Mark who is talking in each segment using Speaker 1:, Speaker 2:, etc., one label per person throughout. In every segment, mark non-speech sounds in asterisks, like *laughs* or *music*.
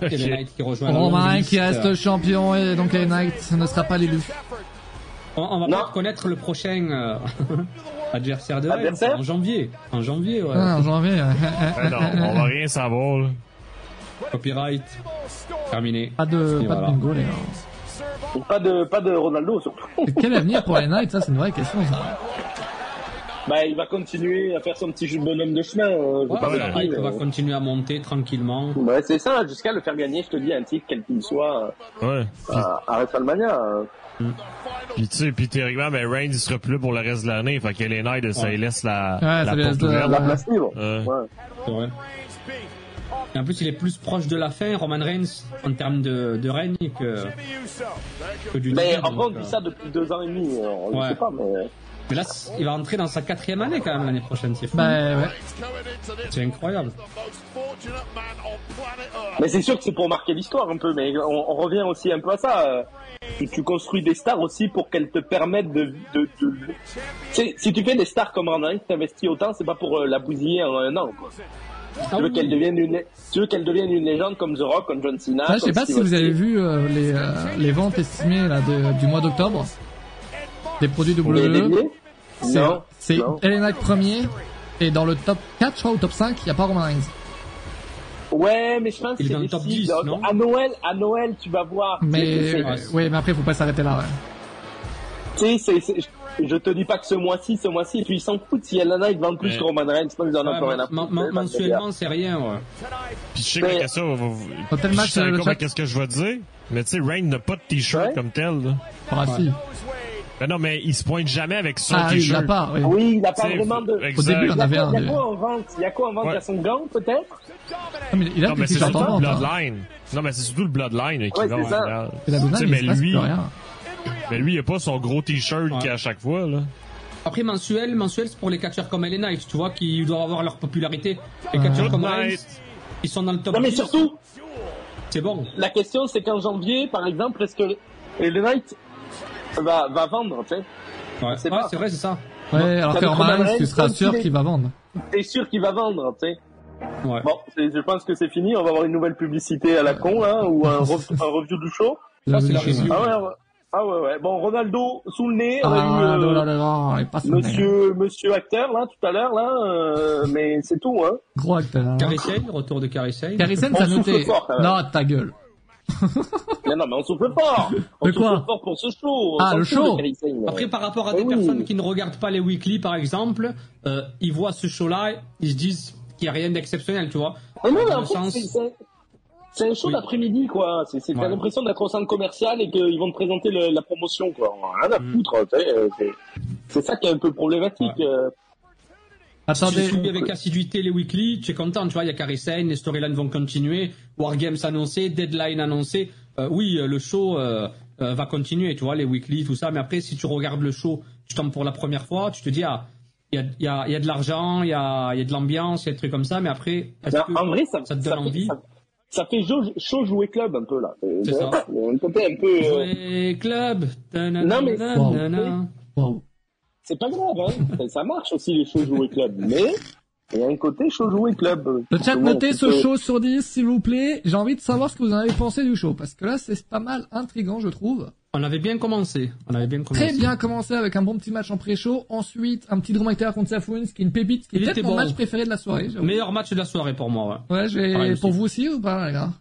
Speaker 1: Kevin Knight qui rejoint la
Speaker 2: Romain
Speaker 1: longue
Speaker 2: qui
Speaker 1: liste.
Speaker 2: reste champion et donc Kevin Knight ne sera pas l'élu.
Speaker 1: On, on va
Speaker 3: Non.
Speaker 1: peut-être connaître le prochain euh, *laughs* adversaire de Rennes
Speaker 3: Adversaire
Speaker 1: en janvier. En janvier, ouais.
Speaker 2: Ah, j'en reviens. *laughs*
Speaker 4: Ah non, on va rien savoir. là.
Speaker 1: Copyright, terminé.
Speaker 2: Pas de,
Speaker 1: Et
Speaker 2: pas de
Speaker 1: voilà.
Speaker 2: bingo, les gars.
Speaker 3: Pas de, pas de Ronaldo surtout.
Speaker 2: Quel avenir pour les Knights Ça, c'est une vraie question, ça.
Speaker 3: Bah, il va continuer à faire son petit jeu de bonhomme de chemin. euh, je vais
Speaker 1: Ouais,
Speaker 3: pas
Speaker 4: ouais.
Speaker 3: mentir,
Speaker 1: Copyright
Speaker 3: mais-
Speaker 1: va continuer à monter tranquillement.
Speaker 3: Ouais, c'est ça, jusqu'à le faire gagner, je te dis, un titre, quel qu'il soit, euh,
Speaker 4: Ouais.
Speaker 3: à, à WrestleMania. euh.
Speaker 4: Puis tu sais, puis théoriquement, ben Reigns il sera plus là pour le reste de l'année. Fait que les Knights, ça
Speaker 1: Ouais.
Speaker 4: lui laisse la,
Speaker 2: Ouais, ça
Speaker 4: la
Speaker 2: lui laisse
Speaker 4: porte
Speaker 2: de-
Speaker 4: ouverte.
Speaker 3: La place libre.
Speaker 4: Ouais.
Speaker 3: Ouais.
Speaker 1: C'est vrai. Et en plus, il est plus proche de la fin, Roman Reigns, en termes de, de règne que, que du
Speaker 3: Mais
Speaker 1: début,
Speaker 3: en vrai, on
Speaker 1: donc,
Speaker 3: dit
Speaker 1: euh,
Speaker 3: ça depuis deux ans et demi, euh, on ne
Speaker 1: Ouais.
Speaker 3: sait pas, mais
Speaker 1: Mais là, c- il va rentrer dans sa quatrième année quand même l'année prochaine, c'est fou.
Speaker 2: Ben, ouais.
Speaker 1: C'est incroyable.
Speaker 3: Mais c'est sûr que c'est pour marquer l'histoire un peu, mais on, on revient aussi un peu à ça. euh, Tu, tu construis des stars aussi pour qu'elles te permettent de... de, de- tu sais, si tu fais des stars comme Randall, t'investis autant, c'est pas pour euh, la bousiller en un an. Quoi.
Speaker 1: Ah
Speaker 3: Tu veux
Speaker 1: oui.
Speaker 3: qu'elle devienne une, tu veux qu'elle devienne une légende comme The Rock, comme John Cena.
Speaker 2: Ah, je sais
Speaker 3: comme
Speaker 2: pas
Speaker 3: Steve
Speaker 2: si vous
Speaker 3: Austin.
Speaker 2: avez vu euh, les, euh, les ventes estimées là, de- du mois d'octobre des produits
Speaker 3: Les
Speaker 2: WWE.
Speaker 3: déliés
Speaker 2: C'est-
Speaker 3: Non,
Speaker 2: C'est
Speaker 3: non.
Speaker 2: Elena premier et dans le top 4, je crois, ou top 5, il n'y a pas Roman Reigns.
Speaker 3: Ouais, mais je pense que
Speaker 1: Il est
Speaker 3: c'est
Speaker 1: dans le
Speaker 3: les
Speaker 1: top
Speaker 3: filles,
Speaker 1: 10,
Speaker 3: donc,
Speaker 1: non
Speaker 3: à Noël, à Noël, tu vas voir.
Speaker 2: Mais,
Speaker 3: Tu
Speaker 2: euh, ouais, mais après, faut pas s'arrêter là, ouais.
Speaker 3: sais, c'est- c'est- je- je te dis pas que ce mois-ci, ce mois-ci, puis ils s'en foutent si Elena il vend plus
Speaker 4: Mais-
Speaker 3: que Roman Reigns, non, ils en ont
Speaker 1: Ouais,
Speaker 3: plus rien à
Speaker 1: men-
Speaker 3: foutre.
Speaker 1: men-
Speaker 3: c'est pas
Speaker 1: mensuellement, c'est rien. ouais.
Speaker 4: Puis je sais que la
Speaker 3: Mais-
Speaker 4: question va... va-
Speaker 2: Faut tellement
Speaker 4: puis Je
Speaker 2: que
Speaker 4: sais
Speaker 2: le
Speaker 4: encore
Speaker 2: chat-
Speaker 4: qu'est-ce que je vais dire. Mais tu sais, Reigns n'a pas de t-shirt
Speaker 3: Ouais.
Speaker 4: comme tel. Là.
Speaker 2: Ah, si.
Speaker 4: Ben non, mais il se pointe jamais avec son
Speaker 2: Ah, oui, il
Speaker 4: t-shirt.
Speaker 2: l'a pas, oui.
Speaker 3: Oui, il a
Speaker 4: Tu
Speaker 3: pas
Speaker 4: sais,
Speaker 3: vraiment de.
Speaker 4: exact.
Speaker 2: Au début, on
Speaker 3: Il y a
Speaker 2: avait
Speaker 3: quoi-
Speaker 2: un.
Speaker 3: il y
Speaker 2: de-
Speaker 3: a quoi en vente Il y a quoi en vente
Speaker 4: Ouais.
Speaker 3: Il y a son gant peut-être
Speaker 2: Ah, mais il a
Speaker 4: Non, mais
Speaker 2: des
Speaker 4: c'est
Speaker 2: t-shirts
Speaker 4: surtout
Speaker 2: en
Speaker 4: le
Speaker 2: vente. hein.
Speaker 4: Bloodline. Non, mais c'est surtout le Bloodline qui
Speaker 3: Ouais,
Speaker 4: va
Speaker 3: c'est
Speaker 4: en
Speaker 3: ça.
Speaker 4: général.
Speaker 2: C'est hein. la
Speaker 4: Tu
Speaker 2: Bloodline,
Speaker 4: sais,
Speaker 2: il
Speaker 4: mais
Speaker 2: se passe
Speaker 4: lui,
Speaker 2: plus rien.
Speaker 4: mais lui, il a pas son gros t-shirt
Speaker 1: Ouais.
Speaker 4: qu'à chaque fois, là.
Speaker 1: Après, mensuel, mensuel, c'est pour les catcheurs comme Ellen Knight, tu vois, qui doivent avoir leur popularité. Les
Speaker 2: Ouais.
Speaker 1: catcheurs
Speaker 4: Good
Speaker 1: comme Reigns,
Speaker 4: night.
Speaker 1: ils sont dans le top
Speaker 3: Non, mais
Speaker 1: 10,
Speaker 3: surtout,
Speaker 1: C'est bon.
Speaker 3: la question c'est qu'en janvier, par exemple, est-ce que le Knight va, va vendre tu sais
Speaker 1: Ouais,
Speaker 3: C'est
Speaker 1: c'est
Speaker 3: pas-
Speaker 1: vrai, c'est ça.
Speaker 2: Ouais, alors
Speaker 3: Ça
Speaker 2: que
Speaker 3: veut
Speaker 2: Roman
Speaker 3: dire
Speaker 2: Reigns, tu
Speaker 3: Reigns,
Speaker 2: seras
Speaker 3: comme
Speaker 2: sûr
Speaker 3: il est-
Speaker 2: qu'il va vendre.
Speaker 3: T'es sûr qu'il va vendre, tu sais
Speaker 1: Ouais.
Speaker 3: Bon, c'est- je pense que c'est fini. On va avoir une nouvelle publicité à la con, là, ou un, re- un review du show.
Speaker 1: Ça, c'est la
Speaker 2: Revenu,
Speaker 1: review.
Speaker 2: ouais.
Speaker 3: Ah ouais, ouais. Ah ouais, ouais. Bon, Ronaldo sous le nez. on a eu,
Speaker 2: Ah,
Speaker 3: euh,
Speaker 2: là, là, là, là, il passe son nez.
Speaker 3: Monsieur, monsieur acteur, là, tout à l'heure, là, euh, mais c'est tout, hein.
Speaker 2: Gros acteur. hein.
Speaker 1: Carissel, retour de Carissel.
Speaker 2: Carrison,
Speaker 3: On
Speaker 2: ça
Speaker 3: souffle
Speaker 2: noté.
Speaker 3: fort, quand même.
Speaker 2: Non, ta gueule.
Speaker 3: Non, non, mais on souffle fort. On
Speaker 2: De quoi
Speaker 3: souffle fort pour ce show.
Speaker 2: Ah,
Speaker 3: On
Speaker 2: le
Speaker 3: s'en fout
Speaker 2: show.
Speaker 3: de Kelly Sane.
Speaker 1: Après, par rapport à des
Speaker 3: Eh oui.
Speaker 1: personnes qui ne regardent pas les weekly, par exemple, euh, ils voient ce show-là, ils se disent qu'il n'y a rien d'exceptionnel, tu vois.
Speaker 3: Mais non, mais
Speaker 1: Dans
Speaker 3: en
Speaker 1: le
Speaker 3: fait,
Speaker 1: sens-
Speaker 3: c'est- c'est- c'est un show
Speaker 1: Oui.
Speaker 3: d'après-midi, quoi. C'est, c'est, t'as
Speaker 1: Ouais.
Speaker 3: l'impression d'être au centre commercial et qu'ils vont te présenter le- la promotion, quoi. On a Rien
Speaker 2: Mm.
Speaker 3: à foutre, tu sais, euh, c'est, c'est ça qui est un peu problématique. euh.
Speaker 1: Si tu
Speaker 2: Attendez.
Speaker 1: suis avec assiduité les weekly, tu es content, tu vois, il y a Carrie Sane, les storylines vont continuer, Wargames annoncé, Deadline annoncé. Euh, oui, euh, le show euh, euh, va continuer, tu vois, les weekly, tout ça. Mais après, si tu regardes le show, tu tombes pour la première fois, tu te dis, ah, il y a, il y, a, il y a de l'argent, il y a, il y a de l'ambiance, il y a des trucs comme ça. Mais après, est-ce
Speaker 3: Ben,
Speaker 1: que
Speaker 3: en vrai, ça,
Speaker 1: ça te
Speaker 3: ça
Speaker 1: donne
Speaker 3: fait-
Speaker 1: envie
Speaker 3: ça- ça fait jeu- show jouer club, un peu, là. Euh,
Speaker 1: C'est ça.
Speaker 3: Un côté un peu, euh,
Speaker 1: Jouer club
Speaker 3: Non, mais-
Speaker 1: nanana.
Speaker 2: Wow.
Speaker 3: C'est pas grave, hein. ça, ça marche aussi les shows joués club. Mais il y a un côté show joué club.
Speaker 2: Le chat,
Speaker 3: Parce que bon,
Speaker 2: notez
Speaker 3: tu
Speaker 2: ce
Speaker 3: peux-
Speaker 2: show sur 10, s'il vous plaît. J'ai envie de savoir ce que vous en avez pensé du show, parce que là, c'est pas mal intriguant, je trouve.
Speaker 1: On avait bien commencé. On avait bien commencé.
Speaker 2: Très bien commencé avec un bon petit match en pré-show. Ensuite, un petit Drew McIntyre contre Safoun, ce qui est une pépite, qui est
Speaker 1: Il
Speaker 2: peut-être
Speaker 1: était
Speaker 2: mon
Speaker 1: bon.
Speaker 2: match préféré de la soirée. j'avoue.
Speaker 1: Meilleur match de la soirée pour moi. ouais.
Speaker 2: Ouais, j'ai,
Speaker 1: Pareil Ah, aussi. euh,
Speaker 2: pour vous aussi ou pas, les gars?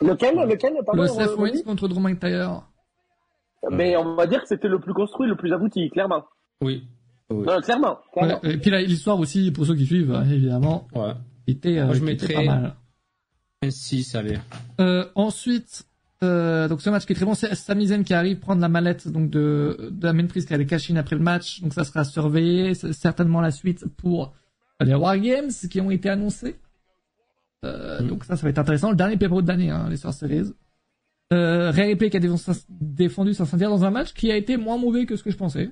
Speaker 3: Lequel, lequel, pardon,
Speaker 2: le
Speaker 3: on-
Speaker 2: Seth
Speaker 3: on
Speaker 2: Rollins
Speaker 3: dit
Speaker 2: contre Drew McIntyre.
Speaker 3: Mais on va dire que c'était le plus construit, le plus abouti, clairement.
Speaker 1: Oui. Oui.
Speaker 3: Non, clairement. clairement.
Speaker 2: Ouais, et puis la- l'histoire aussi, pour ceux qui suivent, euh, évidemment,
Speaker 1: Ouais.
Speaker 2: était, euh,
Speaker 1: Moi, je
Speaker 2: qui était
Speaker 1: mettrais-
Speaker 2: pas mal.
Speaker 1: Ainsi, ça avait.
Speaker 2: Euh, ensuite, euh, donc ce match qui est très bon, c'est Sami Zayn qui arrive prendre la mallette donc de, de la main prise qui allait cash in après le match. Donc ça sera surveillé, c'est certainement la suite pour les Wargames qui ont été annoncés. Euh,
Speaker 1: Mm.
Speaker 2: Donc ça, ça va être intéressant. Le dernier paper de l'année, hein, les Star Series. Euh, Ray Ripley qui a défon- défendu sa ceinture dans un match qui a été moins mauvais que ce que je pensais.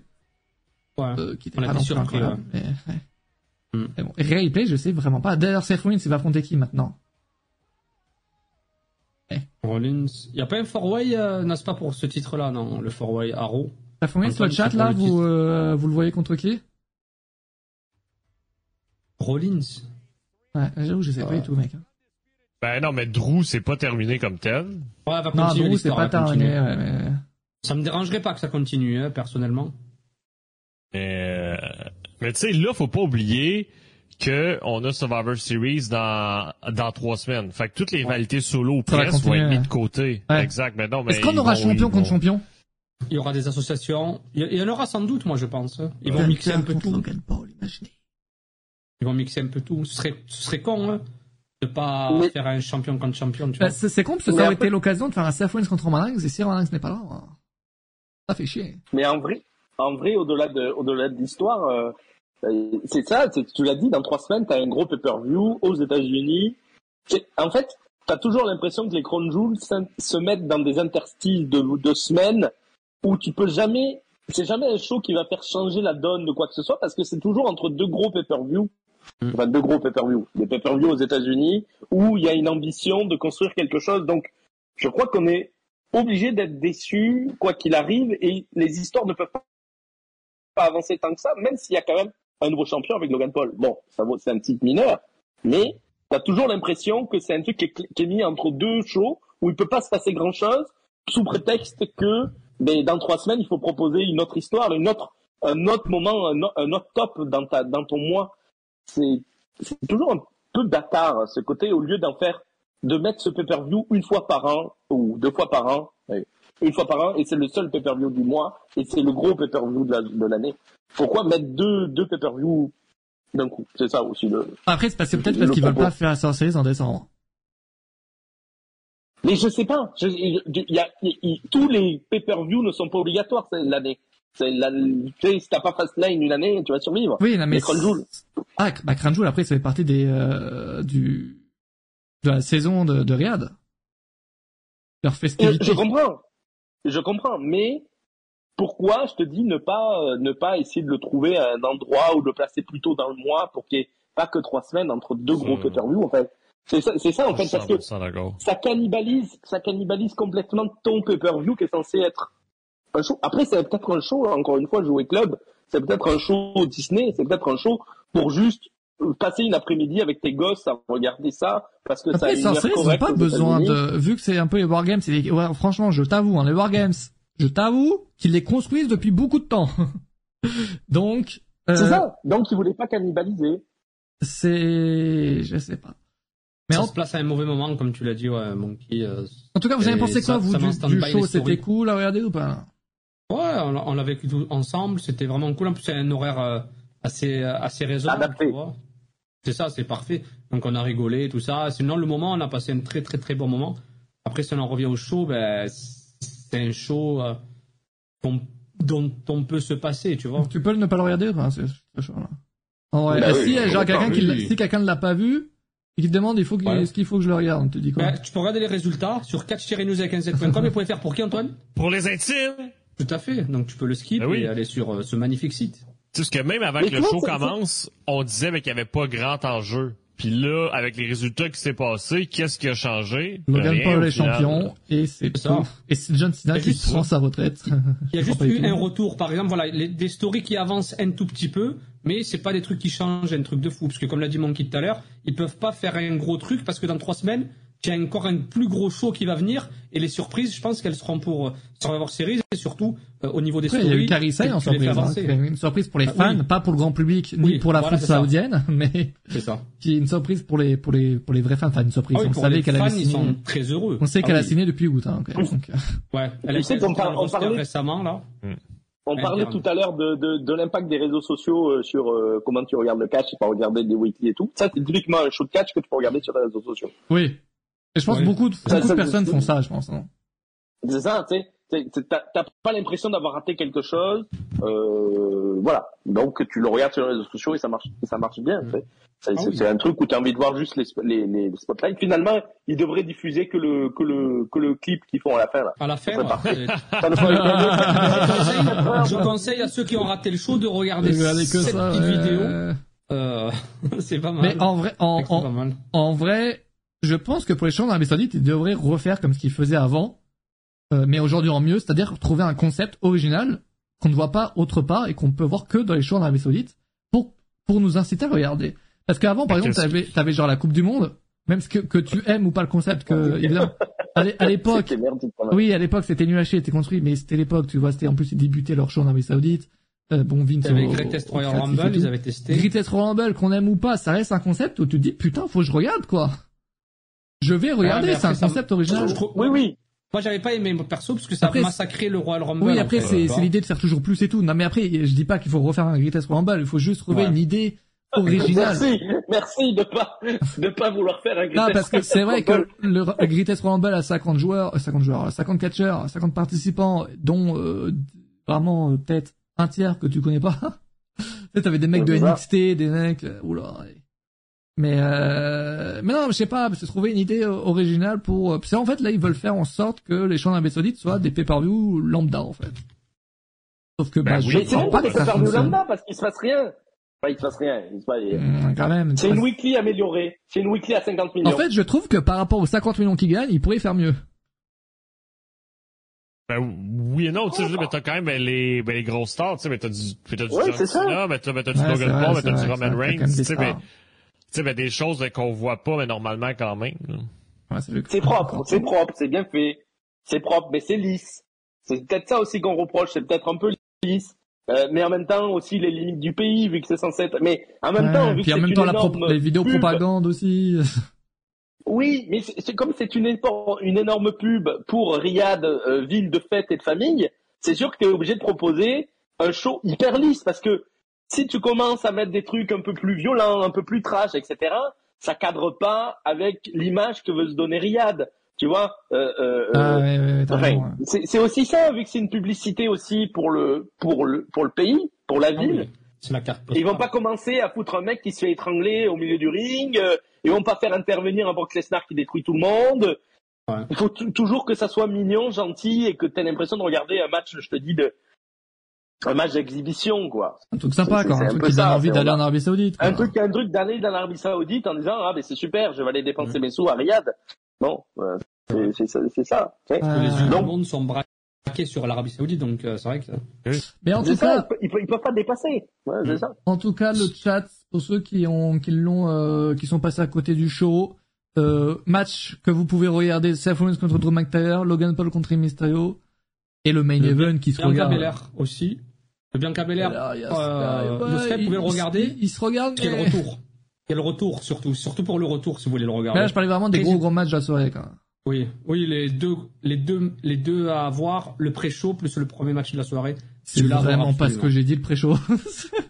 Speaker 1: Ouais.
Speaker 2: Euh, qui était
Speaker 1: On a
Speaker 2: pas
Speaker 1: été
Speaker 2: non plus
Speaker 1: surpris,
Speaker 2: incroyable, mais, ouais. Mm.
Speaker 1: Hmm.
Speaker 2: Mais bon, Ray Ripley, je sais vraiment pas. D'ailleurs, Seth Rollins, il va affronter qui maintenant
Speaker 1: Rollins. Il n'y a pas un four-way, euh, non, c'est pas pour ce titre-là, non, le four-way Arrow.
Speaker 2: Bah, Seth Rollins,
Speaker 1: Antoine,
Speaker 2: le chat,
Speaker 1: c'est
Speaker 2: là,
Speaker 1: pour le
Speaker 2: vous,
Speaker 1: titre.
Speaker 2: euh, vous le voyez contre qui
Speaker 1: Rollins
Speaker 2: Ouais, j'avoue, je sais pas
Speaker 1: Ouais.
Speaker 2: du tout, mec. hein.
Speaker 4: Ben non, mais Drew, c'est pas terminé comme tel.
Speaker 1: Ouais, va
Speaker 2: Non,
Speaker 1: continuer
Speaker 2: Drew, c'est
Speaker 1: l'histoire,
Speaker 2: pas
Speaker 1: va continuer.
Speaker 2: terminé. Ouais, mais... euh.
Speaker 1: Ça me dérangerait pas que ça continue, hein, personnellement.
Speaker 4: Mais, euh, mais tu sais, là, faut pas oublier que on a Survivor Series dans, dans trois semaines. Fait que toutes les rivalités solo ou
Speaker 2: Ça va
Speaker 4: presque vont
Speaker 2: continuer,
Speaker 4: être
Speaker 2: hein.
Speaker 4: mises de côté.
Speaker 2: Ouais.
Speaker 4: Exact. Mais non, mais
Speaker 2: Est-ce qu'on
Speaker 4: ils
Speaker 2: aura
Speaker 4: vont-
Speaker 2: champion
Speaker 4: ils
Speaker 2: contre
Speaker 4: vont-
Speaker 2: champion
Speaker 1: Il y aura des associations. Il y- il y en aura sans doute, moi, je pense. hein. Ils vont mixer un peu
Speaker 2: Contre
Speaker 1: tout.
Speaker 2: Logan Paul, imaginez.
Speaker 1: Ils vont mixer un peu tout. Ce serait, ce serait con, hein, de pas
Speaker 3: Oui.
Speaker 1: faire un champion contre champion, tu
Speaker 2: Bah,
Speaker 1: vois.
Speaker 2: c'est c'est con parce que
Speaker 3: Mais
Speaker 2: ça aurait
Speaker 3: après-
Speaker 2: été l'occasion de faire un Seth Rollins contre Roman Reigns et si Roman Reigns n'est pas là, hein, ça fait chier.
Speaker 3: Mais en vrai, en vrai, au-delà de, au-delà de l'histoire, euh, euh, c'est ça. C'est, tu l'as dit, dans trois semaines, t'as un gros pay-per-view aux États-Unis. C'est- En fait, t'as toujours l'impression que les Crown Jewels s'in- se mettent dans des interstices de, de semaines où tu peux jamais. C'est jamais un show qui va faire changer la donne de quoi que ce soit parce que c'est toujours entre deux gros pay-per-view.
Speaker 1: Mm.
Speaker 3: Enfin, deux gros pay-per-view. Des pay-per-view aux États-Unis où il y a une ambition de construire quelque chose. Donc, je crois qu'on est obligé d'être déçu, quoi qu'il arrive, et les histoires ne peuvent pas pas avancer tant que ça, même s'il y a quand même un nouveau champion avec Logan Paul. Bon, ça vaut, c'est un titre mineur, mais t'as toujours l'impression que c'est un truc qui est, cl- qui est mis entre deux shows où il peut pas se passer grand chose sous prétexte que ben, dans trois semaines il faut proposer une autre histoire, une autre, un autre moment, un, o- un autre top dans ta, dans ton mois. C'est, c'est toujours un peu bâtard hein, ce côté au lieu d'en faire, de mettre ce pay-per-view une fois par an ou deux fois par an. ouais, Une fois par an, et c'est le seul pay-per-view du mois, et c'est le gros pay-per-view de la- de l'année pourquoi mettre deux, deux pay-per-view d'un coup C'est ça aussi. Le...
Speaker 2: Après, c'est parce que peut-être
Speaker 3: Le
Speaker 2: parce qu'ils veulent
Speaker 3: propos.
Speaker 2: pas faire un Survivor Series en décembre.
Speaker 3: Mais je sais pas. Je, il y a, il- il- tous les pay-per-view ne sont pas obligatoires c'est l'année. C'est la, tu sais, si t'as pas Fastlane une année, tu vas survivre.
Speaker 2: Oui, non, mais.
Speaker 3: Mais Crown
Speaker 2: Ah, bah, Crown Jewel, après, ça fait partie des, euh, du, de la saison de, de Riyad.
Speaker 1: Euh,
Speaker 2: Leur
Speaker 3: Et
Speaker 2: festivité.
Speaker 3: je comprends. Je comprends. Mais pourquoi je te dis ne pas, euh, ne pas essayer de le trouver à un endroit ou de le placer plutôt dans le mois pour qu'il n'y ait pas que trois semaines entre deux gros
Speaker 4: Hmm.
Speaker 3: pay-per-view en fait. C'est ça, c'est
Speaker 2: Ah,
Speaker 3: ça en fait parce que
Speaker 4: 100% d'accord.
Speaker 3: ça cannibalise, ça cannibalise complètement ton pay-per-view qui est censé être un show. Après, c'est peut-être un show, encore une fois, jouer club. C'est peut-être un show Disney, c'est peut-être un show pour juste euh, passer une après-midi avec tes gosses à regarder ça parce que ça a
Speaker 2: Après,
Speaker 3: une heure
Speaker 2: Survivor Series, ils ont
Speaker 3: correcte
Speaker 2: pas
Speaker 3: aux
Speaker 2: besoin
Speaker 3: États-Unis.
Speaker 2: de, vu que c'est un peu les wargames, c'est des- ouais, franchement, je t'avoue, hein, les wargames, je t'avoue qu'ils les construisent depuis beaucoup de temps. *laughs* Donc, euh,
Speaker 3: C'est ça. Donc, ils voulaient pas cannibaliser.
Speaker 2: c'est, je sais pas. Mais
Speaker 1: ça
Speaker 2: en,
Speaker 1: se place à un mauvais moment, comme tu l'as dit, ouais, Monkey. euh,
Speaker 2: en tout cas, vous avez
Speaker 1: Et
Speaker 2: pensé
Speaker 1: ça-
Speaker 2: quoi, vous,
Speaker 1: ça
Speaker 2: du,
Speaker 1: m'instante
Speaker 2: du
Speaker 1: pas
Speaker 2: show?
Speaker 1: les
Speaker 2: C'était
Speaker 1: stories.
Speaker 2: cool à regarder ou pas?
Speaker 1: Ouais, on l'a- on l'a vécu tout ensemble, c'était vraiment cool. En plus, c'est un horaire euh, assez, euh, assez raisonnable.
Speaker 3: Adapté.
Speaker 1: tu vois. C'est ça, c'est parfait. Donc, on a rigolé, tout ça. Sinon, le moment, on a passé un très, très, très bon moment. Après, si on en revient au show, ben, c'est un show euh, qu'on- dont on peut se passer, tu vois.
Speaker 2: Tu peux ne pas le regarder ou pas, ce, ce show-là? En vrai,
Speaker 3: Bah
Speaker 2: si, eh,
Speaker 3: oui,
Speaker 2: genre,
Speaker 3: on
Speaker 2: quelqu'un
Speaker 3: parle,
Speaker 2: qui, l'a-
Speaker 4: oui.
Speaker 2: si quelqu'un ne l'a pas vu, et qui te demande, il faut que,
Speaker 1: Ouais.
Speaker 2: ce qu'il faut que je le regarde, on te dit quoi?
Speaker 1: Ben, tu peux regarder les résultats sur 4 et pouvez faire pour qui, Antoine
Speaker 4: Pour les intimes!
Speaker 1: Tout à fait. Donc, tu peux le skip
Speaker 4: Ben oui.
Speaker 1: et aller sur euh, ce magnifique site.
Speaker 4: Tu sais, parce que même avant
Speaker 3: Mais
Speaker 4: que le
Speaker 3: comment
Speaker 4: show
Speaker 3: ça-
Speaker 4: commence, on disait ben, qu'il n'y avait pas grand enjeu. Puis là, avec les résultats qui s'est passé, qu'est-ce qui a changé?
Speaker 2: Logan
Speaker 4: Rien, au
Speaker 2: Paul est
Speaker 4: final.
Speaker 2: champion, et c'est
Speaker 1: C'est ça.
Speaker 2: tout. Et c'est John Cena
Speaker 1: C'est
Speaker 2: qui
Speaker 1: juste-
Speaker 2: prend sa retraite.
Speaker 1: Il y a
Speaker 2: Je
Speaker 1: juste
Speaker 2: crois pas du
Speaker 1: eu
Speaker 2: tout.
Speaker 1: un retour, par exemple, voilà, les- des stories qui avancent un tout petit peu, mais c'est pas des trucs qui changent, un truc de fou, parce que comme l'a dit Monkey tout à l'heure, ils peuvent pas faire un gros truc parce que dans trois semaines, il y a encore un plus gros show qui va venir et les surprises, je pense qu'elles seront pour euh, Survivor Series et surtout euh, au niveau des
Speaker 2: Après, il
Speaker 1: stories.
Speaker 2: y a eu Carissa
Speaker 1: tu-
Speaker 2: en
Speaker 1: tu les fais
Speaker 2: surprise. hein.
Speaker 1: avancer.
Speaker 2: C'est une surprise pour les
Speaker 1: Ah,
Speaker 2: fans,
Speaker 1: oui.
Speaker 2: pas pour le grand public, ni
Speaker 1: Oui,
Speaker 2: pour la
Speaker 1: voilà,
Speaker 2: foule
Speaker 1: c'est ça.
Speaker 2: saoudienne, *laughs* mais
Speaker 1: C'est ça.
Speaker 2: qui est une surprise pour les, pour les, pour les vrais fans. Enfin, une surprise.
Speaker 1: Ah oui,
Speaker 2: on
Speaker 1: pour
Speaker 2: savait
Speaker 1: les
Speaker 2: qu'elle
Speaker 1: fans,
Speaker 2: avait
Speaker 1: ils
Speaker 2: signé.
Speaker 1: sont très heureux.
Speaker 2: On sait
Speaker 1: Ah
Speaker 2: qu'elle a
Speaker 1: oui.
Speaker 2: signé depuis août, hein,
Speaker 1: *laughs*
Speaker 2: quand même. Donc, euh,
Speaker 1: Ouais, elle a
Speaker 3: Tu sais
Speaker 1: été
Speaker 3: qu'on
Speaker 1: ajoutée
Speaker 3: par-
Speaker 1: dans le
Speaker 3: on
Speaker 1: roster
Speaker 3: parlait-
Speaker 1: récemment là.
Speaker 3: On
Speaker 1: Interne.
Speaker 3: parlait tout à l'heure de, de, de l'impact des réseaux sociaux euh, sur euh, comment tu regardes le catch et pas regarder des weekly et tout. Ça, c'est typiquement un show de catch que tu peux regarder sur les réseaux sociaux.
Speaker 2: Oui. Et je pense
Speaker 1: Oui.
Speaker 2: que beaucoup de,
Speaker 3: Ça,
Speaker 2: beaucoup de
Speaker 3: ça,
Speaker 2: personnes
Speaker 3: c'est-
Speaker 2: font ça, je pense. hein.
Speaker 3: C'est ça, tu sais. t'sais, t'sais, T'as t'as pas l'impression d'avoir raté quelque chose, euh, voilà. Donc tu le regardes sur les réseaux sociaux et ça marche, ça marche bien. tu sais. C'est
Speaker 1: Ah
Speaker 3: c'est-
Speaker 1: oui.
Speaker 3: c'est un truc où t'as envie de voir juste les, sp- les, les spotlights. Finalement, ils devraient diffuser que le que le que le clip qu'ils font à la fin là.
Speaker 1: À la fin,
Speaker 3: Ouais,
Speaker 1: ouais.
Speaker 3: parfait.
Speaker 1: Et-
Speaker 3: Ça ne fera
Speaker 1: *laughs*
Speaker 3: pas-
Speaker 1: je conseille à ceux qui ont raté le show de regarder
Speaker 2: Regardez
Speaker 1: cette
Speaker 2: que ça.
Speaker 1: petite
Speaker 2: ouais.
Speaker 1: vidéo. Euh, *laughs* c'est pas mal.
Speaker 2: Mais en vrai, en,
Speaker 1: C'est pas
Speaker 2: en,
Speaker 1: mal.
Speaker 2: en vrai, je pense que pour les choses d'Arabie Saoudite, ils devraient refaire comme ce qu'ils faisaient avant, euh, mais aujourd'hui en mieux, c'est-à-dire trouver un concept original qu'on ne voit pas autre part et qu'on peut voir que dans les shows en Arabie Saoudite pour, pour nous inciter à regarder. Parce qu'avant, par exemple,
Speaker 4: Qu'est-ce
Speaker 2: t'avais, t'avais genre la Coupe du Monde, Même ce que, que tu aimes ou pas le concept, que évidemment, à l'é- à l'époque,
Speaker 3: C'était merdique quand même.
Speaker 2: oui, à l'époque, c'était nul à chier, c'était construit, mais c'était l'époque, tu vois, c'était en plus, ils débutaient leur show en Arabie Saoudite. Euh, bon, Vince.
Speaker 1: Avec
Speaker 2: au-
Speaker 1: Greatest
Speaker 2: au
Speaker 1: Royal
Speaker 2: créatif et
Speaker 1: Rumble,
Speaker 2: tout.
Speaker 1: ils avaient testé.
Speaker 2: Greatest Royal Rumble, qu'on aime ou pas, ça reste un concept où tu te dis, putain, faut que je regarde, quoi. Je vais regarder,
Speaker 1: Ah, mais
Speaker 2: c'est un
Speaker 1: après, ça-
Speaker 2: concept original.
Speaker 1: Je trouve-
Speaker 3: Oui, oui.
Speaker 1: Moi, j'avais pas aimé perso parce que ça
Speaker 2: Après,
Speaker 1: a massacré le Royal Rumble.
Speaker 2: Oui, après,
Speaker 1: en fait,
Speaker 2: c'est
Speaker 1: tu vois.
Speaker 2: c'est l'idée de faire toujours plus et tout. Non, mais après, je dis pas qu'il faut refaire un Greatest Royal, il faut juste trouver
Speaker 1: Ouais.
Speaker 2: une idée originale.
Speaker 3: Merci, merci de pas de pas vouloir faire un
Speaker 2: Non,
Speaker 3: Greatest
Speaker 2: parce que c'est vrai
Speaker 3: Royal
Speaker 2: que
Speaker 3: Rumble.
Speaker 2: le, le Greatest Rumble à 50 joueurs, euh, 50 joueurs, 50 catcheurs, 50 participants, dont euh, vraiment euh, peut-être un tiers que tu connais pas. *laughs* tu sais, t'avais des mecs de
Speaker 3: Ouais, c'est ça.
Speaker 2: NXT, des mecs, euh, oula. ouais. Mais euh, mais non, je sais pas, se trouver une idée euh, originale pour. euh, C'est en fait là, ils veulent faire en sorte que les champs d'Arabie Saoudite soient des pay-per-view lambda en fait. Sauf que bah,
Speaker 4: Ben
Speaker 2: je
Speaker 4: oui,
Speaker 3: Mais c'est
Speaker 2: crois
Speaker 3: même pas
Speaker 2: pas
Speaker 3: des
Speaker 2: que ça
Speaker 3: pay-per-view
Speaker 2: fonctionne.
Speaker 3: lambda parce qu'il se passe rien. Enfin, il se passe rien. Il se passe-
Speaker 2: Hum, quand même.
Speaker 3: C'est une weekly améliorée. C'est une weekly à 50 millions.
Speaker 2: En fait, je trouve que par rapport aux 50 millions qu'ils gagnent, ils pourraient faire mieux.
Speaker 4: Ben, oui et non, tu sais, je veux dire, mais t'as quand même ben, les, ben, les grosses stars, tu sais, mais t'as du, mais t'as du
Speaker 3: Ouais, c'est
Speaker 4: John
Speaker 3: ça.
Speaker 4: Cena, mais t'as, mais t'as du
Speaker 2: Ouais, c'est
Speaker 4: Logan
Speaker 2: vrai,
Speaker 4: Paul,
Speaker 2: c'est
Speaker 4: mais t'as
Speaker 2: vrai,
Speaker 4: du
Speaker 2: c'est vrai,
Speaker 4: Roman
Speaker 2: t'as
Speaker 4: Reigns,
Speaker 2: quand même
Speaker 4: tu
Speaker 2: des
Speaker 4: sais, mais,
Speaker 2: stars.
Speaker 4: tu sais, ben, des choses ben, qu'on voit pas, mais normalement quand même. là.
Speaker 2: Ouais, ça, je
Speaker 3: C'est
Speaker 2: comprends
Speaker 3: propre,
Speaker 2: encore.
Speaker 3: c'est propre, c'est bien fait, c'est propre, mais c'est lisse. C'est peut-être ça aussi qu'on reproche, c'est peut-être un peu lisse. Euh, mais en même temps aussi les limites du pays vu que c'est 107 mais en même
Speaker 2: Ouais,
Speaker 3: temps vu que
Speaker 2: puis en
Speaker 3: c'est
Speaker 2: même
Speaker 3: une
Speaker 2: temps la
Speaker 3: énorme
Speaker 2: prop- les vidéos
Speaker 3: pub,
Speaker 2: propagande aussi. euh,
Speaker 3: oui mais c'est c'est comme c'est une, épo- une énorme pub pour Riyad euh, ville de fête et de famille c'est sûr que tu es obligé de proposer un show hyper lisse parce que si tu commences à mettre des trucs un peu plus violents un peu plus trash etc ça cadre pas avec l'image que veut se donner Riyad tu vois euh, euh,
Speaker 2: Ah
Speaker 3: euh,
Speaker 2: ouais, ouais, ouais, t'as
Speaker 3: Enfin,
Speaker 2: raison, ouais.
Speaker 3: c'est c'est aussi ça, vu que c'est une publicité aussi pour le, pour le, pour le pays, pour
Speaker 2: Ah
Speaker 3: la ville.
Speaker 1: Ah C'est la carte
Speaker 3: Ils vont pas commencer à foutre un mec qui se fait étrangler au milieu du ring. euh, Ils vont pas faire intervenir un Brock Lesnar qui détruit tout le monde.
Speaker 1: Ouais.
Speaker 3: Il faut tou- toujours que ça soit mignon, gentil et que t'aies l'impression de regarder un match, je te dis, de, un match d'exhibition, quoi.
Speaker 2: Un truc sympa,
Speaker 3: c'est-
Speaker 2: quoi.
Speaker 3: c'est
Speaker 2: Un
Speaker 3: un
Speaker 2: truc
Speaker 3: peu
Speaker 2: qui donne
Speaker 3: ça,
Speaker 2: envie
Speaker 3: c'est-
Speaker 2: d'aller
Speaker 3: on
Speaker 2: en Arabie Saoudite.
Speaker 3: Un
Speaker 2: quoi.
Speaker 3: truc, un truc d'aller dans l'Arabie Saoudite en disant, ah, ben, c'est super, je vais aller dépenser mes sous à Riyad. Bon, euh, c'est- c'est ça, c'est ça. tu sais.
Speaker 2: Ouais.
Speaker 1: Les yeux
Speaker 3: Non.
Speaker 1: du monde sont braqués sur l'Arabie Saoudite, donc euh, c'est vrai que.
Speaker 2: Mais en
Speaker 3: C'est
Speaker 2: tout
Speaker 3: ça,
Speaker 2: cas,
Speaker 3: ils peuvent- ils peuvent pas dépasser. Ouais, c'est ça.
Speaker 2: en tout cas, le chat pour ceux qui ont, qui l'ont, euh, qui sont passés à côté du show, euh, match que vous pouvez regarder, Seth Rollins contre Drew McIntyre, Logan Paul contre Rey Mysterio et le main
Speaker 1: Le
Speaker 2: event qui se
Speaker 1: Bianca
Speaker 2: regarde.
Speaker 1: Belair aussi. Le Bianca Belair,
Speaker 2: Alors, il y a-
Speaker 1: euh,
Speaker 2: ouais,
Speaker 1: le Sky, vous pouvez le
Speaker 2: il-
Speaker 1: regarder.
Speaker 2: Il, il se regarde.
Speaker 1: Quel
Speaker 2: mais-
Speaker 1: retour Quel retour surtout, surtout pour le retour si vous voulez le
Speaker 2: Mais
Speaker 1: regarder.
Speaker 2: là, je parlais vraiment des
Speaker 1: Très-
Speaker 2: gros gros matchs de la soirée, quoi.
Speaker 1: Oui, oui, les deux, les deux, les deux à voir, le pré-show plus le premier match de la soirée.
Speaker 2: C'est
Speaker 1: Celui-là,
Speaker 2: vraiment
Speaker 1: voir
Speaker 2: pas ce que j'ai dit le pré-show. *laughs*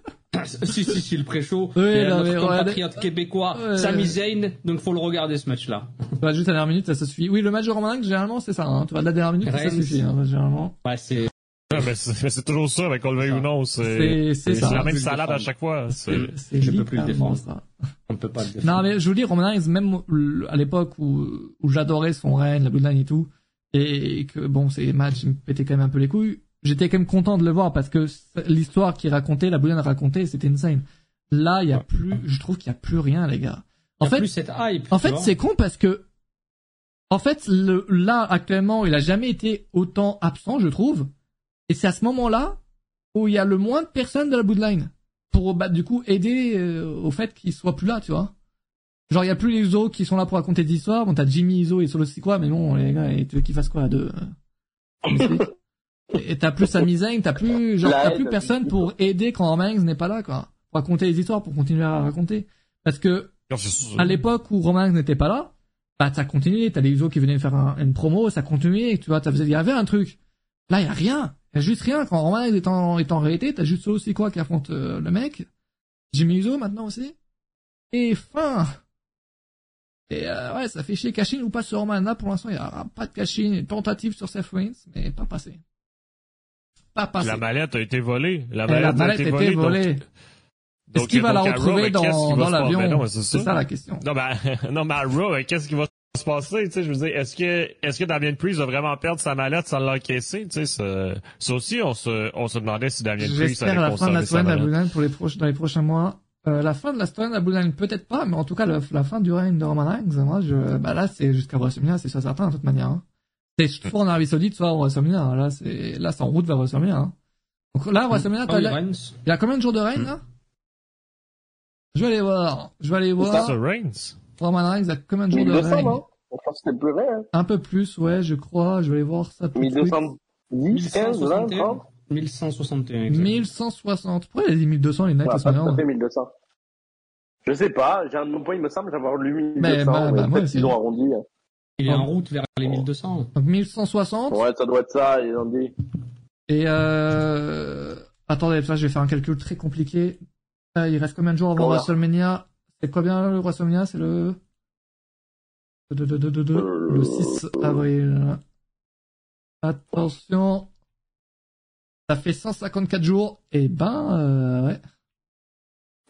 Speaker 1: si, si, si, le pré-show.
Speaker 2: Oui,
Speaker 1: Et
Speaker 2: non, mais
Speaker 1: notre compatriote
Speaker 2: regardez-
Speaker 1: québécois,
Speaker 2: Ouais.
Speaker 1: Sami Zayn, donc faut le regarder ce match-là.
Speaker 2: Bah, juste à la dernière minute, ça, ça suffit. Oui, le match de Romain généralement, c'est ça. Hein. Tu vas de la dernière minute, ça
Speaker 1: Reigns.
Speaker 2: suffit, hein, généralement.
Speaker 1: Ouais, c'est
Speaker 4: Ah, mais, c'est, mais c'est toujours ça, ben, qu'on le veuille ou non, c'est,
Speaker 2: C'est c'est ça.
Speaker 4: la même
Speaker 1: Je peux le
Speaker 4: salade à
Speaker 1: défendre.
Speaker 4: chaque fois. C'est,
Speaker 2: C'est
Speaker 1: Je peux plus le
Speaker 2: littéralement
Speaker 1: défendre.
Speaker 2: ça.
Speaker 1: on peut pas. le défendre.
Speaker 2: Non, mais je vous dis, Roman Reigns, même le- à l'époque où, où j'adorais son règne, la Bloodline et tout, et que bon, ces matchs me pétaient quand même un peu les couilles, j'étais quand même content de le voir parce que c'est- l'histoire qu'il racontait, la Bloodline racontait, c'était insane. Là, il y a plus, je trouve qu'il y a plus rien, les gars.
Speaker 1: Il y
Speaker 2: En
Speaker 1: a
Speaker 2: fait,
Speaker 1: plus cette hype.
Speaker 2: En
Speaker 1: tu
Speaker 2: fait,
Speaker 1: vois.
Speaker 2: c'est con parce que, en fait, le, là, actuellement, il a jamais été autant absent, je trouve. Et c'est à ce moment-là où il y a le moins de personnes de la Bloodline. Pour, bah, du coup, aider euh, au fait qu'il soit plus là, tu vois. Genre, il y a plus les Usos qui sont là pour raconter des histoires. Bon, t'as Jimmy, Iso et Solo quoi, mais bon, les gars, et tu veux qu'ils fassent quoi de... euh,
Speaker 1: *laughs*
Speaker 2: Et t'as plus Sami Zayn, t'as plus, genre,
Speaker 3: La
Speaker 2: t'as
Speaker 3: haine,
Speaker 2: plus personne
Speaker 3: oui.
Speaker 2: pour aider quand Roman Reigns n'est pas là, quoi. Pour raconter les histoires, pour continuer à raconter. Parce que,
Speaker 4: Non, c'est sûr.
Speaker 2: à l'époque où Romain n'était pas là, bah ça continuait, t'as les Usos qui venaient faire un- une promo, ça continuait, tu vois, t'as- il y avait un truc. Là, il y a rien, il y a juste rien. Quand Romain est en, est en réalité, t'as juste Solo aussi quoi qui affronte euh, le mec, Jimmy Uso maintenant aussi, et fin. Et euh, ouais, ça fait chier, cash ou pas sur Roman. Là, pour l'instant, il y a pas de cash une tentative sur Seth Rollins, mais pas passé. Pas passé.
Speaker 4: la mallette a été volée. La
Speaker 2: Et
Speaker 4: mallette,
Speaker 2: Eh, la mallette
Speaker 4: a été
Speaker 2: était
Speaker 4: volée. donc-
Speaker 2: volée. Est-ce
Speaker 4: donc,
Speaker 2: qu'il va
Speaker 4: donc,
Speaker 2: la
Speaker 4: à Raw,
Speaker 2: retrouver
Speaker 4: ben, qu'est-ce qu'il
Speaker 2: dans,
Speaker 4: va
Speaker 2: dans
Speaker 4: se passer?
Speaker 2: l'avion
Speaker 4: Ben non, mais
Speaker 2: C'est ça la question.
Speaker 4: Non, ben, non, mais *laughs* à Raw, qu'est-ce qui va se passer, tu sais, je veux dire, est-ce que, est-ce que Damien Priest va vraiment perdre sa mallette sans l'encaisser, tu sais, ça, ça aussi, on se, on se demandait si Damien Priest allait
Speaker 2: J'espère la fin de
Speaker 4: conserver
Speaker 2: la
Speaker 4: sa
Speaker 2: semaine à
Speaker 4: mallette.
Speaker 2: Boulogne pour les proches, dans les prochains mois. Euh, la fin de la semaine à Boulogne, peut-être pas, mais en tout cas, le- la fin du règne de Roman Reigns, moi, je, bah là, c'est jusqu'à WrestleMania, c'est sûr certain, de toute manière, hein. C'est soit en Arabie Saoudite, soit en WrestleMania, hein. Là, c'est, là, c'est en route vers WrestleMania, hein. Donc là, WrestleMania,
Speaker 1: Ah
Speaker 2: t'as,
Speaker 1: oui,
Speaker 2: il
Speaker 1: Reigns.
Speaker 2: y a combien de jours de règne, là? Je vais aller voir. Je vais aller
Speaker 4: C'est
Speaker 2: voir.
Speaker 4: ça, Reigns?
Speaker 2: Roman Reigns a combien de jours de
Speaker 3: 1200,
Speaker 2: règne
Speaker 3: non Je pense que c'était plus vrai. Hein.
Speaker 2: Un peu plus, ouais, je crois. Je vais aller voir ça tout de suite.
Speaker 3: 1210, 15, 20, 30
Speaker 1: 1161. exact.
Speaker 2: 1160. Pourquoi il a dit 1200 les Knights
Speaker 3: Ouais,
Speaker 2: à ce
Speaker 3: pas tout à
Speaker 2: moment-là
Speaker 3: Ah, fait 1200. Je sais pas, j'ai un de mon point, il me semble d'avoir lu 1200,
Speaker 2: Mais, bah, bah, moi
Speaker 3: peut-être
Speaker 2: aussi.
Speaker 3: qu'ils ont arrondi.
Speaker 1: Il est en route vers
Speaker 4: Oh.
Speaker 1: les 1200.
Speaker 2: Donc 1160.
Speaker 3: Ouais, ça doit être ça, ils ont dit.
Speaker 2: Et euh... Attendez, ça, je vais faire un calcul très compliqué. Euh, il reste combien de jours avant
Speaker 3: Voilà.
Speaker 2: WrestleMania C'est combien le WrestleMania C'est le... de- de- de- de- de-
Speaker 3: Euh,
Speaker 2: Le 6 avril. Attention. Ça fait 154 jours. Et ben, euh, ouais.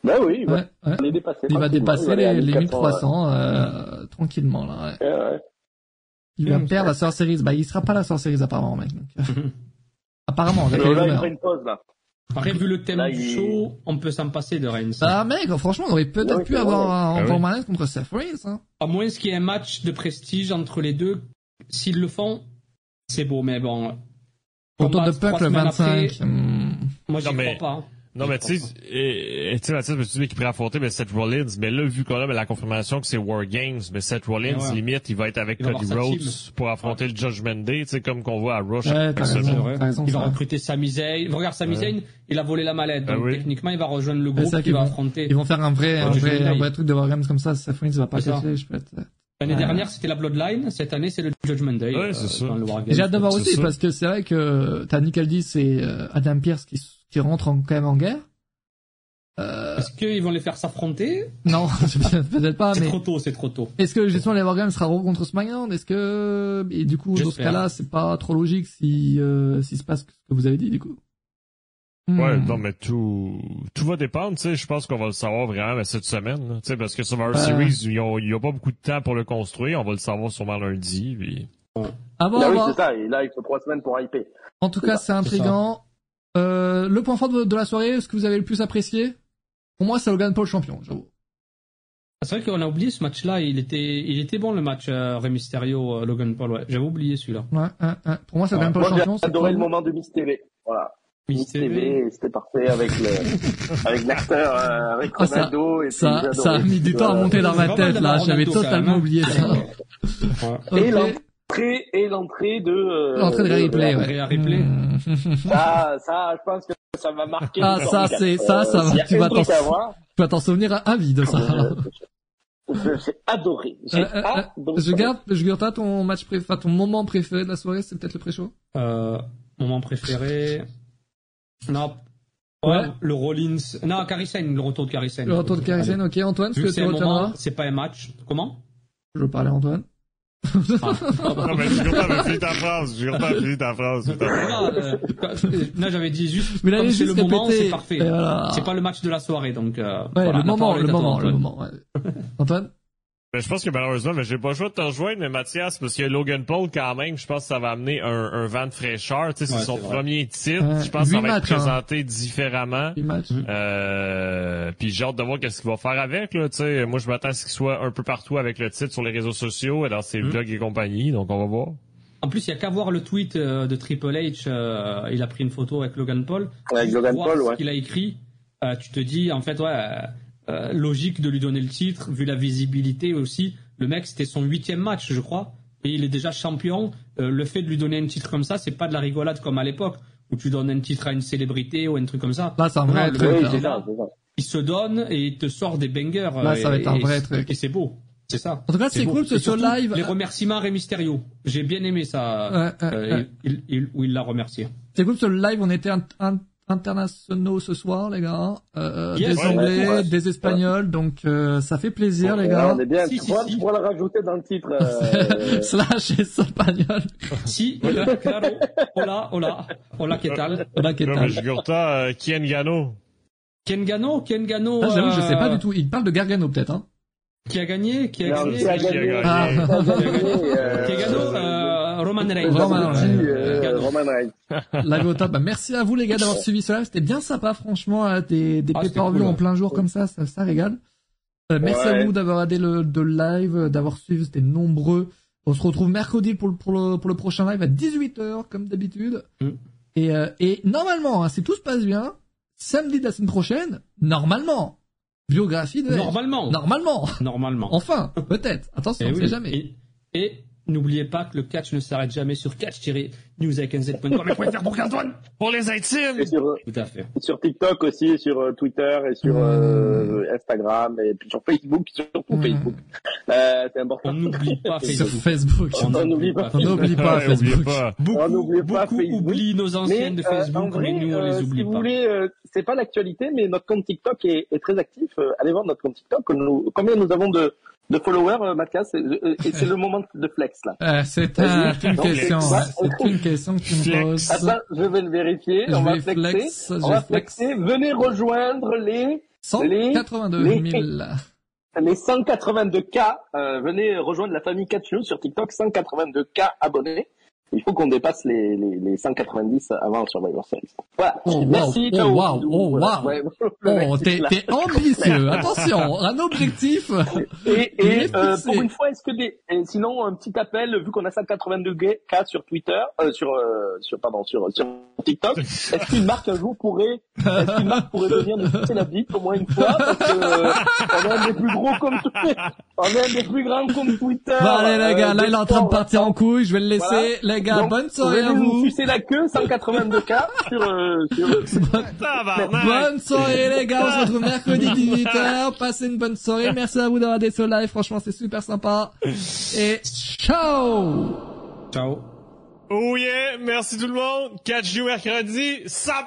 Speaker 3: Bah oui, il va
Speaker 2: ouais, ouais.
Speaker 3: les dépasser.
Speaker 2: Il va
Speaker 3: tranquillement,
Speaker 2: dépasser
Speaker 3: aller à
Speaker 2: les, les
Speaker 3: 1400,
Speaker 2: 1300 euh, tranquillement, là. ouais.
Speaker 3: ouais. Ouais, ouais.
Speaker 2: Il va
Speaker 1: Mmh,
Speaker 2: perdre la Sœur Series. Bah, il sera pas la Sœur Series, apparemment, mec. Donc, euh, apparemment, d'après
Speaker 3: Mais
Speaker 2: les
Speaker 3: Ah, Là, il
Speaker 2: rumeurs.
Speaker 3: prend une pause, là.
Speaker 1: Après, vu le thème
Speaker 3: Là,
Speaker 1: du
Speaker 3: il-
Speaker 1: show, on peut s'en passer de Reigns.
Speaker 2: Ah mec, franchement, on aurait peut-être
Speaker 3: Ouais,
Speaker 2: pu
Speaker 3: c'est
Speaker 2: avoir
Speaker 3: vrai.
Speaker 2: un
Speaker 4: Ah oui.
Speaker 2: permanence contre Seth Rollins. Hein.
Speaker 1: À moins qu'il y ait un match de prestige entre les deux. S'ils le font, c'est beau, mais bon.
Speaker 2: Contre
Speaker 1: Combat
Speaker 2: The
Speaker 1: trois
Speaker 2: Punk le
Speaker 1: semaines
Speaker 2: 25.
Speaker 1: après,
Speaker 2: hmm.
Speaker 1: moi, j'y
Speaker 4: Non, mais-
Speaker 1: crois pas.
Speaker 4: Non,
Speaker 1: Je
Speaker 4: mais tu
Speaker 1: crois
Speaker 4: sais, et- et tu sais, Mathias, je me suis dit qu'il pourrait affronter mais Seth Rollins, mais là, vu qu'on a mais la confirmation que c'est War Games, mais Seth Rollins,
Speaker 1: Ouais, ouais.
Speaker 4: limite, il va être avec
Speaker 1: Il va
Speaker 4: Cody
Speaker 1: avoir sa
Speaker 4: Rhodes
Speaker 1: team.
Speaker 4: pour affronter le Judgment Day, tu sais, comme qu'on voit à Rush.
Speaker 2: Ouais,
Speaker 4: chaque
Speaker 2: t'as
Speaker 4: semaine.
Speaker 2: raison.
Speaker 1: Ouais.
Speaker 2: T'as raison.
Speaker 1: Il va
Speaker 2: ça.
Speaker 1: recruter Sami Zayn. Regarde, Sami
Speaker 4: Ouais.
Speaker 1: Zayn, il a volé la mallette.
Speaker 4: Ah
Speaker 1: donc,
Speaker 4: oui.
Speaker 1: techniquement, il va rejoindre le groupe
Speaker 2: ça
Speaker 1: qui
Speaker 2: qu'ils
Speaker 1: va
Speaker 2: vont-
Speaker 1: affronter.
Speaker 2: Ils vont faire un vrai, un
Speaker 1: Ouais,
Speaker 2: vrai,
Speaker 1: Judgment
Speaker 2: un
Speaker 1: Day.
Speaker 2: vrai truc de Wargames comme ça. Seth Rollins va pas
Speaker 1: C'est ça.
Speaker 2: casser, je peux être.
Speaker 1: L'année
Speaker 2: Ouais.
Speaker 1: dernière, c'était la Bloodline. Cette année, c'est le Judgment Day. euh,
Speaker 4: Ouais, c'est ça.
Speaker 1: dans le War Games.
Speaker 2: J'ai hâte de voir
Speaker 4: C'est
Speaker 2: aussi
Speaker 4: ça.
Speaker 2: parce que c'est vrai que t'as Nick Aldis et euh, Adam Pierce qui, s- qui rentrent en, quand même en guerre. Euh,
Speaker 1: Est-ce qu'ils vont les faire s'affronter
Speaker 2: non, *laughs* peut-être pas,
Speaker 1: C'est
Speaker 2: Ah, mais
Speaker 1: trop tôt, c'est trop tôt.
Speaker 2: est-ce que justement les Wargames sera re- contre SmackDown Est-ce que et du coup dans ce
Speaker 1: J'espère.
Speaker 2: cas-là c'est pas trop logique si euh, s'il se passe ce que vous avez dit du coup
Speaker 4: Ouais,
Speaker 2: Hmm.
Speaker 4: non, mais tout, tout va dépendre, tu sais, je pense qu'on va le savoir vraiment mais cette semaine, là. tu sais, parce que Survivor
Speaker 2: Ouais.
Speaker 4: Series, il n'y a pas beaucoup de temps pour le construire, on va le savoir sûrement lundi, puis...
Speaker 2: Ah bon, on
Speaker 3: Là, Bah oui,
Speaker 2: va-
Speaker 3: c'est ça, et là, il faut trois semaines pour hyper.
Speaker 2: En tout
Speaker 3: C'est
Speaker 2: cas,
Speaker 3: ça,
Speaker 1: c'est
Speaker 2: c'est
Speaker 1: ça.
Speaker 2: intriguant. Euh, le point fort de, de la soirée, ce que vous avez le plus apprécié, pour moi, c'est Logan Paul champion, j'avoue.
Speaker 1: Ah, C'est vrai qu'on a oublié ce match-là. Il était, il était bon le match euh, Rey Mysterio euh, Logan Paul. Ouais, j'avais oublié celui-là.
Speaker 2: Ouais, hein, hein. Pour moi, c'est Logan Paul
Speaker 3: Moi,
Speaker 2: champion.
Speaker 3: j'ai
Speaker 2: c'est
Speaker 3: adoré
Speaker 2: cool.
Speaker 3: le moment de Miss TV. Voilà. Miss
Speaker 1: Mysterio.
Speaker 3: TV, c'était parfait avec
Speaker 2: *laughs*
Speaker 3: le, avec l'acteur, euh, avec
Speaker 2: Ah, ça-
Speaker 3: Ronaldo. et puis j'ai
Speaker 2: Ça,
Speaker 3: adoré.
Speaker 2: ça a mis du temps à
Speaker 3: Voilà.
Speaker 2: monter dans
Speaker 1: C'est
Speaker 2: ma
Speaker 1: pas mal
Speaker 2: tête, là.
Speaker 1: d'avoir
Speaker 2: J'avais
Speaker 1: Ronaldo, quand
Speaker 2: totalement
Speaker 1: même, hein.
Speaker 2: oublié ça.
Speaker 1: Ouais.
Speaker 2: Ok.
Speaker 3: Et l'entrée, et l'entrée de, euh,
Speaker 2: L'entrée de Ray Ripley, ouais.
Speaker 1: Rhea Ripley.
Speaker 2: Hmm.
Speaker 3: Ça, ça, je pense que ça va marquer.
Speaker 2: Ah,
Speaker 3: le
Speaker 2: ça,
Speaker 3: handicap.
Speaker 2: c'est- ça, ça va-
Speaker 3: s'il y a
Speaker 2: tu
Speaker 3: un
Speaker 2: vas t'en-
Speaker 3: truc à voir,
Speaker 2: Tu vas t'en souvenir à, à vie de ça.
Speaker 3: euh, je- J'ai adoré. J'ai
Speaker 2: Euh, euh,
Speaker 3: adoré.
Speaker 2: Je garde, je garde pas ton match préféré, enfin, ton moment préféré de la soirée, c'est peut-être le pré-show.
Speaker 1: Euh, moment préféré. Non. Ouais,
Speaker 2: Ouais.
Speaker 1: Le Rollins. Non, Carisen, le retour de Carisen.
Speaker 2: Le retour de Carisen, ok. Antoine, ce
Speaker 1: Vu
Speaker 2: que
Speaker 1: que
Speaker 2: tu
Speaker 1: c'est un
Speaker 2: retiendras.
Speaker 1: moment, c'est pas un match. Comment
Speaker 2: Je veux parler à Antoine. *laughs*
Speaker 1: Ah.
Speaker 4: Non, mais je suis content de finir ta phrase, je suis content de finir ta phrase, putain.
Speaker 1: Voilà, euh, euh, là, j'avais dit juste.
Speaker 2: Mais là, il
Speaker 1: comme
Speaker 2: est
Speaker 1: c'est
Speaker 2: juste
Speaker 1: le moment,
Speaker 2: répété.
Speaker 1: c'est parfait.
Speaker 2: Et voilà.
Speaker 1: C'est pas le match de la soirée, donc. euh,
Speaker 2: Ouais,
Speaker 1: voilà,
Speaker 2: le
Speaker 1: la
Speaker 2: moment,
Speaker 1: parole est
Speaker 2: le
Speaker 1: à toi,
Speaker 2: moment, le
Speaker 1: Antoine.
Speaker 2: moment, ouais. Antoine?
Speaker 4: Ben, je pense que malheureusement, ben, j'ai pas le choix de te rejoindre, mais Mathias, parce que Logan Paul, quand même, je pense que ça va amener un, un vent de fraîcheur. Tu sais,
Speaker 1: Ouais,
Speaker 4: c'est son
Speaker 1: c'est vrai.
Speaker 4: premier titre.
Speaker 2: Ouais,
Speaker 4: je pense que
Speaker 2: huit
Speaker 4: ça va
Speaker 2: matchs, hein.
Speaker 4: être présenté différemment.
Speaker 2: Du match.
Speaker 4: Euh, puis j'ai hâte de voir qu'est-ce qu'il va faire avec. Là, tu sais. moi, je m'attends à ce qu'il soit un peu partout avec le titre sur les réseaux sociaux, dans ses
Speaker 1: Mm.
Speaker 4: vlogs et compagnie. Donc, on va voir.
Speaker 1: En plus, il y a qu'à voir le tweet euh, de Triple H. euh, il a pris une photo avec Logan Paul.
Speaker 3: Avec
Speaker 1: Juste
Speaker 3: Logan
Speaker 1: voir
Speaker 3: Paul,
Speaker 1: ce
Speaker 3: ouais.
Speaker 1: qu'il a écrit. euh, tu te dis, en fait, ouais, euh, euh, logique de lui donner le titre, vu la visibilité aussi. Le mec, c'était son huitième match, je crois, et il est déjà champion. Euh, le fait de lui donner un titre comme ça, c'est pas de la rigolade comme à l'époque, où tu donnes un titre à une célébrité ou un truc comme ça.
Speaker 2: Là, c'est un vrai
Speaker 1: Non,
Speaker 2: truc.
Speaker 1: le-
Speaker 3: Oui,
Speaker 2: hein.
Speaker 3: c'est ça, c'est ça.
Speaker 1: Il se donne et il te sort des bangers.
Speaker 2: Là,
Speaker 1: euh,
Speaker 2: ça va
Speaker 1: et-
Speaker 2: être un
Speaker 1: et
Speaker 2: vrai
Speaker 1: c'est-
Speaker 2: truc.
Speaker 1: Et c'est beau. C'est ça.
Speaker 2: En tout cas, c'est
Speaker 1: beau.
Speaker 2: cool que
Speaker 1: Et
Speaker 2: ce soit
Speaker 1: surtout,
Speaker 2: live.
Speaker 1: Les remerciements à Rey Mysterio. J'ai bien aimé ça.
Speaker 2: Ouais, ouais,
Speaker 1: euh,
Speaker 2: ouais.
Speaker 1: il- il- il- où il l'a remercié.
Speaker 2: C'est cool que ce live, on était int- int- internationaux ce soir, les gars. Euh,
Speaker 1: Yes.
Speaker 2: des
Speaker 4: Ouais,
Speaker 2: Anglais,
Speaker 3: ouais.
Speaker 2: des Espagnols, donc euh, ça fait plaisir, les
Speaker 3: Ouais,
Speaker 2: gars.
Speaker 3: On est bien.
Speaker 1: Si,
Speaker 3: tu,
Speaker 1: si,
Speaker 3: pourras,
Speaker 1: si.
Speaker 3: tu pourras le rajouter dans le titre. euh,
Speaker 2: *laughs* Slash espagnol.
Speaker 1: Si, claro, hola, hola, hola, que tal
Speaker 2: Voilà, qu'est-ce
Speaker 4: Là, mais je suis content. Euh, Kian Gano.
Speaker 1: Kengano, Kengano,
Speaker 2: Ah, j'avoue, je
Speaker 1: euh,
Speaker 2: sais pas du tout. Il parle de Gargano, peut-être, hein.
Speaker 1: Qui a gagné Qui a
Speaker 3: Non,
Speaker 1: gagné
Speaker 3: qui a
Speaker 4: Qui a
Speaker 3: gagné.
Speaker 4: gagné.
Speaker 2: Ah.
Speaker 3: qui a gagné, euh,
Speaker 1: Qui a gagné euh, Roman
Speaker 3: euh,
Speaker 1: Reigns.
Speaker 2: Roman Reigns.
Speaker 3: euh,
Speaker 1: Kengano.
Speaker 3: Roman Reigns.
Speaker 2: Live au top. Bah, merci à vous, les gars, d'avoir suivi ce live. C'était bien sympa, franchement, hein, des, des
Speaker 1: Ah,
Speaker 2: pay
Speaker 1: c'était
Speaker 2: per
Speaker 1: cool,
Speaker 2: en
Speaker 1: ouais.
Speaker 2: plein jour comme ça, ça, ça régale. Euh, merci à
Speaker 3: Ouais.
Speaker 2: vous d'avoir aidé le, de live, euh, d'avoir suivi, c'était nombreux. On se retrouve mercredi pour le, pour le, pour le prochain live à 18h, comme d'habitude.
Speaker 1: Mm.
Speaker 2: Et, euh, et normalement, hein, si tout se passe bien, samedi de la semaine prochaine, normalement, biographie de Edge.
Speaker 1: Normalement.
Speaker 2: Normalement.
Speaker 1: Normalement.
Speaker 2: Enfin, peut-être. Attention,
Speaker 1: Eh
Speaker 2: on sait
Speaker 1: oui.
Speaker 2: jamais.
Speaker 1: Et, et n'oubliez pas que le catch ne s'arrête jamais sur catch-newsaknz.com. Mais faut le faire pour Antoine
Speaker 4: Pour les intimes!
Speaker 3: Et sur,
Speaker 1: Tout à fait.
Speaker 3: et sur TikTok aussi, sur euh, Twitter et sur euh, Instagram et puis sur Facebook, surtout
Speaker 2: Mm.
Speaker 3: Facebook. Euh, c'est important.
Speaker 1: On n'oublie pas
Speaker 2: Sur
Speaker 1: Facebook.
Speaker 2: Facebook.
Speaker 3: On n'oublie pas
Speaker 2: On
Speaker 1: Facebook.
Speaker 2: n'oublie
Speaker 1: *laughs*
Speaker 2: pas
Speaker 4: Ouais, oubliez
Speaker 2: Facebook.
Speaker 4: Ah, pas.
Speaker 3: On n'oublie pas
Speaker 1: Beaucoup
Speaker 3: Facebook.
Speaker 1: oublient nos anciennes de
Speaker 3: euh, en
Speaker 1: Facebook,
Speaker 3: vrai,
Speaker 1: mais nous, on
Speaker 3: euh,
Speaker 1: les
Speaker 3: si
Speaker 1: oublie
Speaker 3: vous
Speaker 1: pas.
Speaker 3: voulez, euh, c'est pas l'actualité, mais notre compte TikTok est, est très actif. Euh, allez voir notre compte TikTok. Nous- combien nous avons de, de followers, euh, Mathias Et- euh, Et c'est le moment de flex là.
Speaker 2: Euh, c'est un-
Speaker 3: Vas-y.
Speaker 2: c'est une
Speaker 3: Donc,
Speaker 2: question.
Speaker 3: flex.
Speaker 2: hein. C'est une question que tu me
Speaker 4: Flex.
Speaker 2: poses.
Speaker 3: Attends, je vais le vérifier.
Speaker 2: Je
Speaker 3: on va
Speaker 2: vais
Speaker 3: flexer.
Speaker 2: flex, je
Speaker 3: on va
Speaker 2: vais flex.
Speaker 3: flexer. Venez rejoindre les
Speaker 2: 182 000.
Speaker 3: les 182K, euh, venez rejoindre la famille Catch sur TikTok, 182K abonnés. Il faut qu'on dépasse les, les, les 190 avant Survivor Series. Voilà.
Speaker 2: Oh, wow.
Speaker 3: Merci,
Speaker 2: Oh,
Speaker 3: ciao.
Speaker 2: wow. Oh,
Speaker 3: Voilà.
Speaker 2: wow.
Speaker 3: Ouais, *laughs* le mec,
Speaker 2: Oh, t'es
Speaker 3: là. *laughs*
Speaker 2: t'es ambitieux. Attention, un objectif.
Speaker 3: Et,
Speaker 2: il
Speaker 3: et
Speaker 2: est
Speaker 3: euh,
Speaker 2: fixé.
Speaker 3: pour une fois, est-ce que des, et sinon un petit appel vu qu'on a 182K sur Twitter, euh, sur euh, sur pardon sur sur TikTok, est-ce qu'une marque un jour pourrait est-ce qu'une marque pourrait venir nous pousser la bite au moins une fois parce que euh, on est un des plus gros comme Twitter, on est un des plus grands comme Twitter.
Speaker 2: Bah, allez, les gars, là, il est en train de partir en couille. Je vais le laisser. Les gars,
Speaker 3: Donc,
Speaker 2: bonne soirée à
Speaker 3: venez nous
Speaker 2: vous.
Speaker 3: sucer la queue 182K sur euh,
Speaker 2: *laughs*
Speaker 3: sur
Speaker 4: Tabarnak!
Speaker 2: Bonne soirée les gars, on se retrouve
Speaker 3: *laughs*
Speaker 2: mercredi 18h, passez une bonne soirée, merci à vous d'avoir été sur le live, franchement c'est super sympa. Et ciao
Speaker 1: Ciao.
Speaker 4: Oh yeah! Merci tout le monde! Catch you mercredi! Ça